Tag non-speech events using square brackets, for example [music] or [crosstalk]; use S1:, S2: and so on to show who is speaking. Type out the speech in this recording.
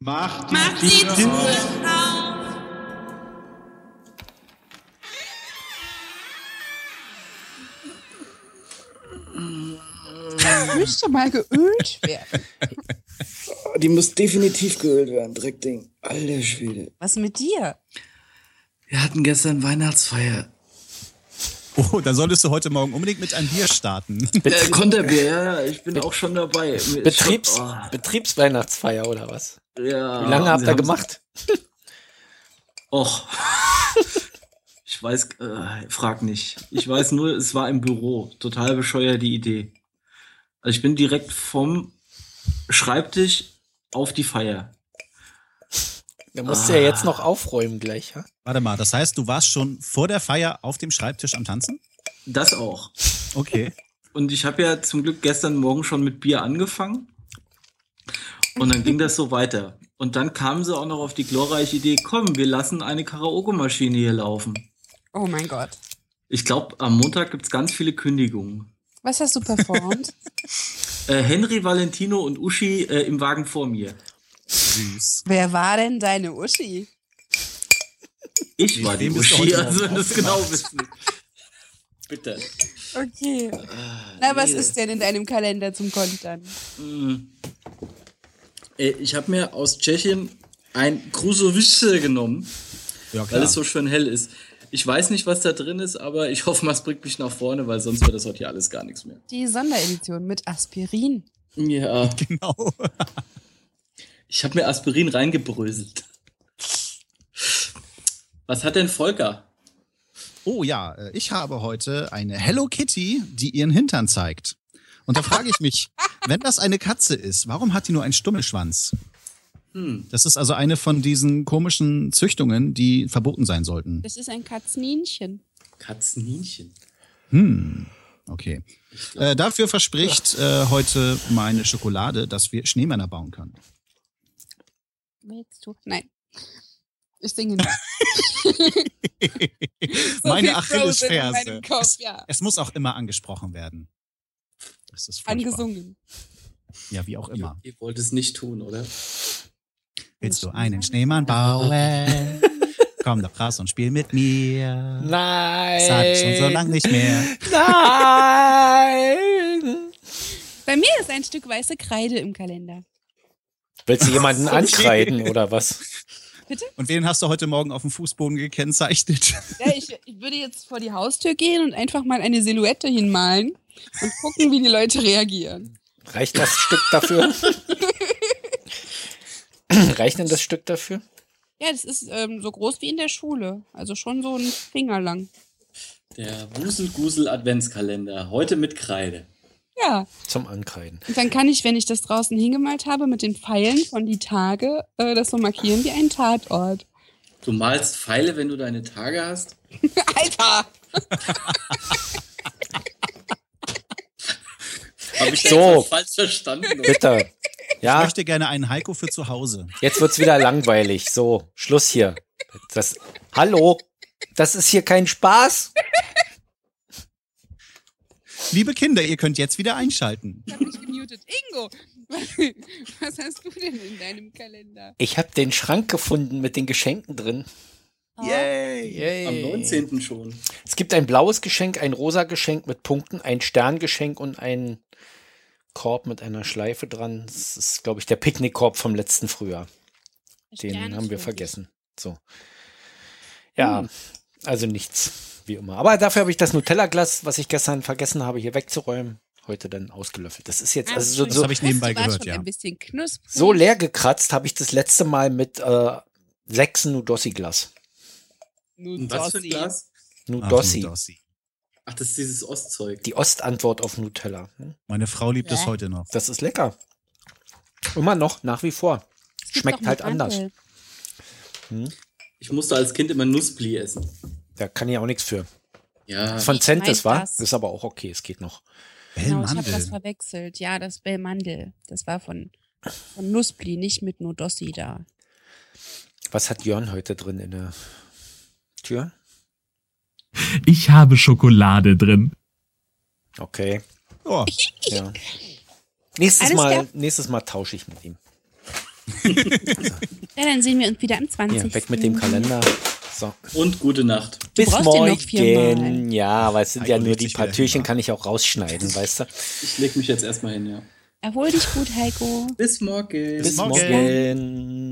S1: Mach die,
S2: Mach die
S1: Tür
S2: Tür
S1: auf.
S2: auf.
S3: Müsste mal [laughs] geölt werden.
S4: Die muss definitiv geölt werden, Dreckding. Alter Schwede.
S3: Was mit dir?
S4: Wir hatten gestern Weihnachtsfeier.
S5: Oh, da solltest du heute Morgen unbedingt mit einem Bier [laughs] starten.
S4: Äh, Konterbier, ja, ja, ich bin auch schon dabei. Mir ist schon-
S6: Betriebs
S4: oh, Ah.
S6: Betriebsweihnachtsfeier oder was?
S4: ja.
S6: Wie lange habt
S4: Sie
S6: ihr
S4: haben-
S6: gemacht?
S4: Och. Ich weiß, äh, frag nicht. Ich weiß nur, es war im Büro. Total bescheuert die Idee. Also ich bin direkt vom Schreibtisch auf die Feier.
S6: Da musst du ja jetzt noch aufräumen gleich, ja?
S5: Warte mal, das heißt, du warst schon vor der Feier auf dem Schreibtisch am Tanzen?
S4: Das auch.
S5: Okay.
S4: Und ich habe ja zum Glück gestern Morgen schon mit Bier angefangen. Und dann ging das so weiter. Und dann kamen sie auch noch auf die glorreiche Idee, komm, wir lassen eine Karaoke-Maschine hier laufen.
S3: Oh mein Gott.
S4: Ich glaube, am Montag gibt's ganz viele Kündigungen.
S3: Was hast du performt?
S4: Äh, Henry, Valentino und Uschi äh, im Wagen vor mir.
S5: Süß.
S3: [laughs] Wer war denn deine Uschi?
S4: Ich war die
S5: Dem bist du
S4: Uschi,
S5: heute
S4: also wenn
S5: Morgen
S4: du es genau wissen. Bitte.
S3: Okay. Na, was
S4: nee.
S3: ist denn in deinem Kalender zum Kontern?
S4: Äh, Ich habe mir aus Tschechien ein Krusovice genommen.
S5: Ja, klar.
S4: weil es so schön hell ist. Ich weiß nicht, was da drin ist, aber ich hoffe mal, es bringt mich nach vorne, weil sonst wird das heute ja alles gar nichts mehr.
S3: Die Sonderedition mit Aspirin.
S4: Ja,
S5: genau.
S4: ich habe mir Aspirin reingebröselt. Was hat denn Volker?
S5: Oh ja, äh, ich habe heute eine Hello Kitty, die ihren Hintern zeigt. Und da frage ich
S2: [laughs]
S5: mich, wenn das eine Katze ist, warum hat die nur einen Stummelschwanz?
S2: Hm.
S5: Das ist also eine von diesen komischen Züchtungen, die verboten sein sollten.
S3: Das ist ein Katzeninchen.
S4: Katzeninchen.
S5: Hm, Okay. Äh, dafür verspricht äh, heute meine Schokolade, dass wir Schneemänner bauen
S3: [laughs]
S5: können.
S3: Willst du? Nein. Ich singe nicht. [laughs] So viel
S5: meine
S3: Frozen in meinem
S5: Achillesferse.
S3: Kopf,
S5: Es,
S3: ja.
S5: es muss auch immer angesprochen werden. Das ist furchtbar.
S3: Angesungen.
S5: Ja, wie auch immer.
S4: Ihr wollt es nicht tun, oder?
S5: Willst du einen Schneemann
S3: [laughs]
S5: bauen? Komm doch raus und spiel mit mir.
S6: Nein!
S5: Das hatte ich schon so lange nicht mehr.
S6: Nein!
S3: Bei mir ist ein Stück weiße Kreide im Kalender.
S6: Willst du jemanden ankreiden oder was?
S5: Und wen hast du heute Morgen auf dem Fußboden
S3: [laughs]
S5: gekennzeichnet?
S3: Ja, ich, ich würde jetzt vor die Haustür gehen und einfach mal eine Silhouette hinmalen und gucken, wie die Leute reagieren.
S6: Reicht das Stück dafür? Reicht denn das Stück dafür?
S3: Ja, das ist ähm, so groß wie in der Schule. Also schon so ein Finger lang.
S4: Der Wuselgusel Adventskalender, heute mit Kreide.
S3: Ja,
S6: Zum Ankreiden.
S3: und dann kann ich, wenn ich das draußen hingemalt habe, mit den Pfeilen von die Tage äh, das so markieren wie einen Tatort.
S4: Du malst Pfeile, wenn du deine Tage hast?
S3: Alter!
S4: Habe ich
S6: So.
S4: das falsch verstanden? oder?
S6: Bitte.
S5: Ich
S6: Ja,
S5: möchte gerne einen Heiko für zu Hause.
S6: jetzt wird's wieder langweilig. So, Schluss hier. Das, hallo? Das ist hier kein Spaß?
S5: Liebe Kinder, ihr könnt jetzt wieder einschalten.
S3: Ich hab mich gemutet. Ingo, [laughs] was hast du denn in deinem Kalender?
S6: Ich habe den Schrank gefunden mit den Geschenken drin. Yay, yay.
S4: Am 19. schon.
S6: Es gibt ein blaues Geschenk, ein rosa Geschenk mit Punkten, ein Sterngeschenk und einen Korb mit einer Schleife dran. Das ist, glaube ich, der Picknickkorb vom letzten Frühjahr. Den haben wir vergessen. So. Ja, also nichts, wie immer. Aber dafür habe ich das Nutella-Glas, was ich gestern vergessen habe, hier wegzuräumen, heute dann ausgelöffelt. Das ist jetzt also so,
S5: Das
S6: so,
S5: habe ich nebenbei
S3: du warst
S5: gehört,
S3: schon
S5: ja.
S3: ein bisschen knusprig.
S6: so leer gekratzt, habe ich das letzte Mal mit äh, sechs Nudossi-Glas.
S3: Nun,
S4: Und was für ein
S3: Dossi.
S4: Glas?
S5: Ach,
S6: Nudossi.
S5: Dossi.
S4: Ach, das ist dieses Ostzeug.
S6: Die Ostantwort auf Nutella. Hm?
S5: Meine Frau liebt es
S3: Bäh.
S5: heute noch.
S6: Das ist lecker. Immer noch, nach wie vor.
S3: Es gibt
S6: Schmeckt
S3: doch
S6: halt
S3: mit
S6: anders.
S3: Mandel.
S4: Ich musste als Kind immer Nusspli essen.
S6: Da kann ich auch nichts für.
S4: Ja.
S6: Ist von Centis,
S3: weiß
S6: wa?
S3: Ah, das.
S6: Ist aber auch okay, es geht noch.
S3: Genau, ich habe das
S5: Hellmandel.
S3: verwechselt. Ja, das Bellmandel. Das war von, von Nuspli, nicht mit Nodossi da.
S6: Was hat Jörn heute drin in der Tür?
S7: Ich habe Schokolade drin.
S6: Okay.
S5: Oh,
S6: Ja. Nächstes
S3: Alles
S6: Mal,
S3: klar.
S6: nächstes Mal tausche ich mit ihm.
S3: Ja, dann sehen wir uns wieder am 20.
S6: Ja, weg mit dem Kalender. So.
S4: Und gute Nacht.
S6: Bis
S3: brauchst den noch
S6: morgen.
S3: viermal.
S6: Ja, weil es sind ja
S5: Heiko
S6: nur
S5: legt
S6: die
S5: sich
S6: paar
S5: wieder hin,
S6: Türchen,
S5: wa?
S6: kann ich auch rausschneiden, weißt du?
S4: Ich leg mich jetzt erstmal hin, ja.
S3: Erhol dich gut, Heiko.
S4: Bis morgen.
S6: Bis
S5: morgen.
S6: morgen.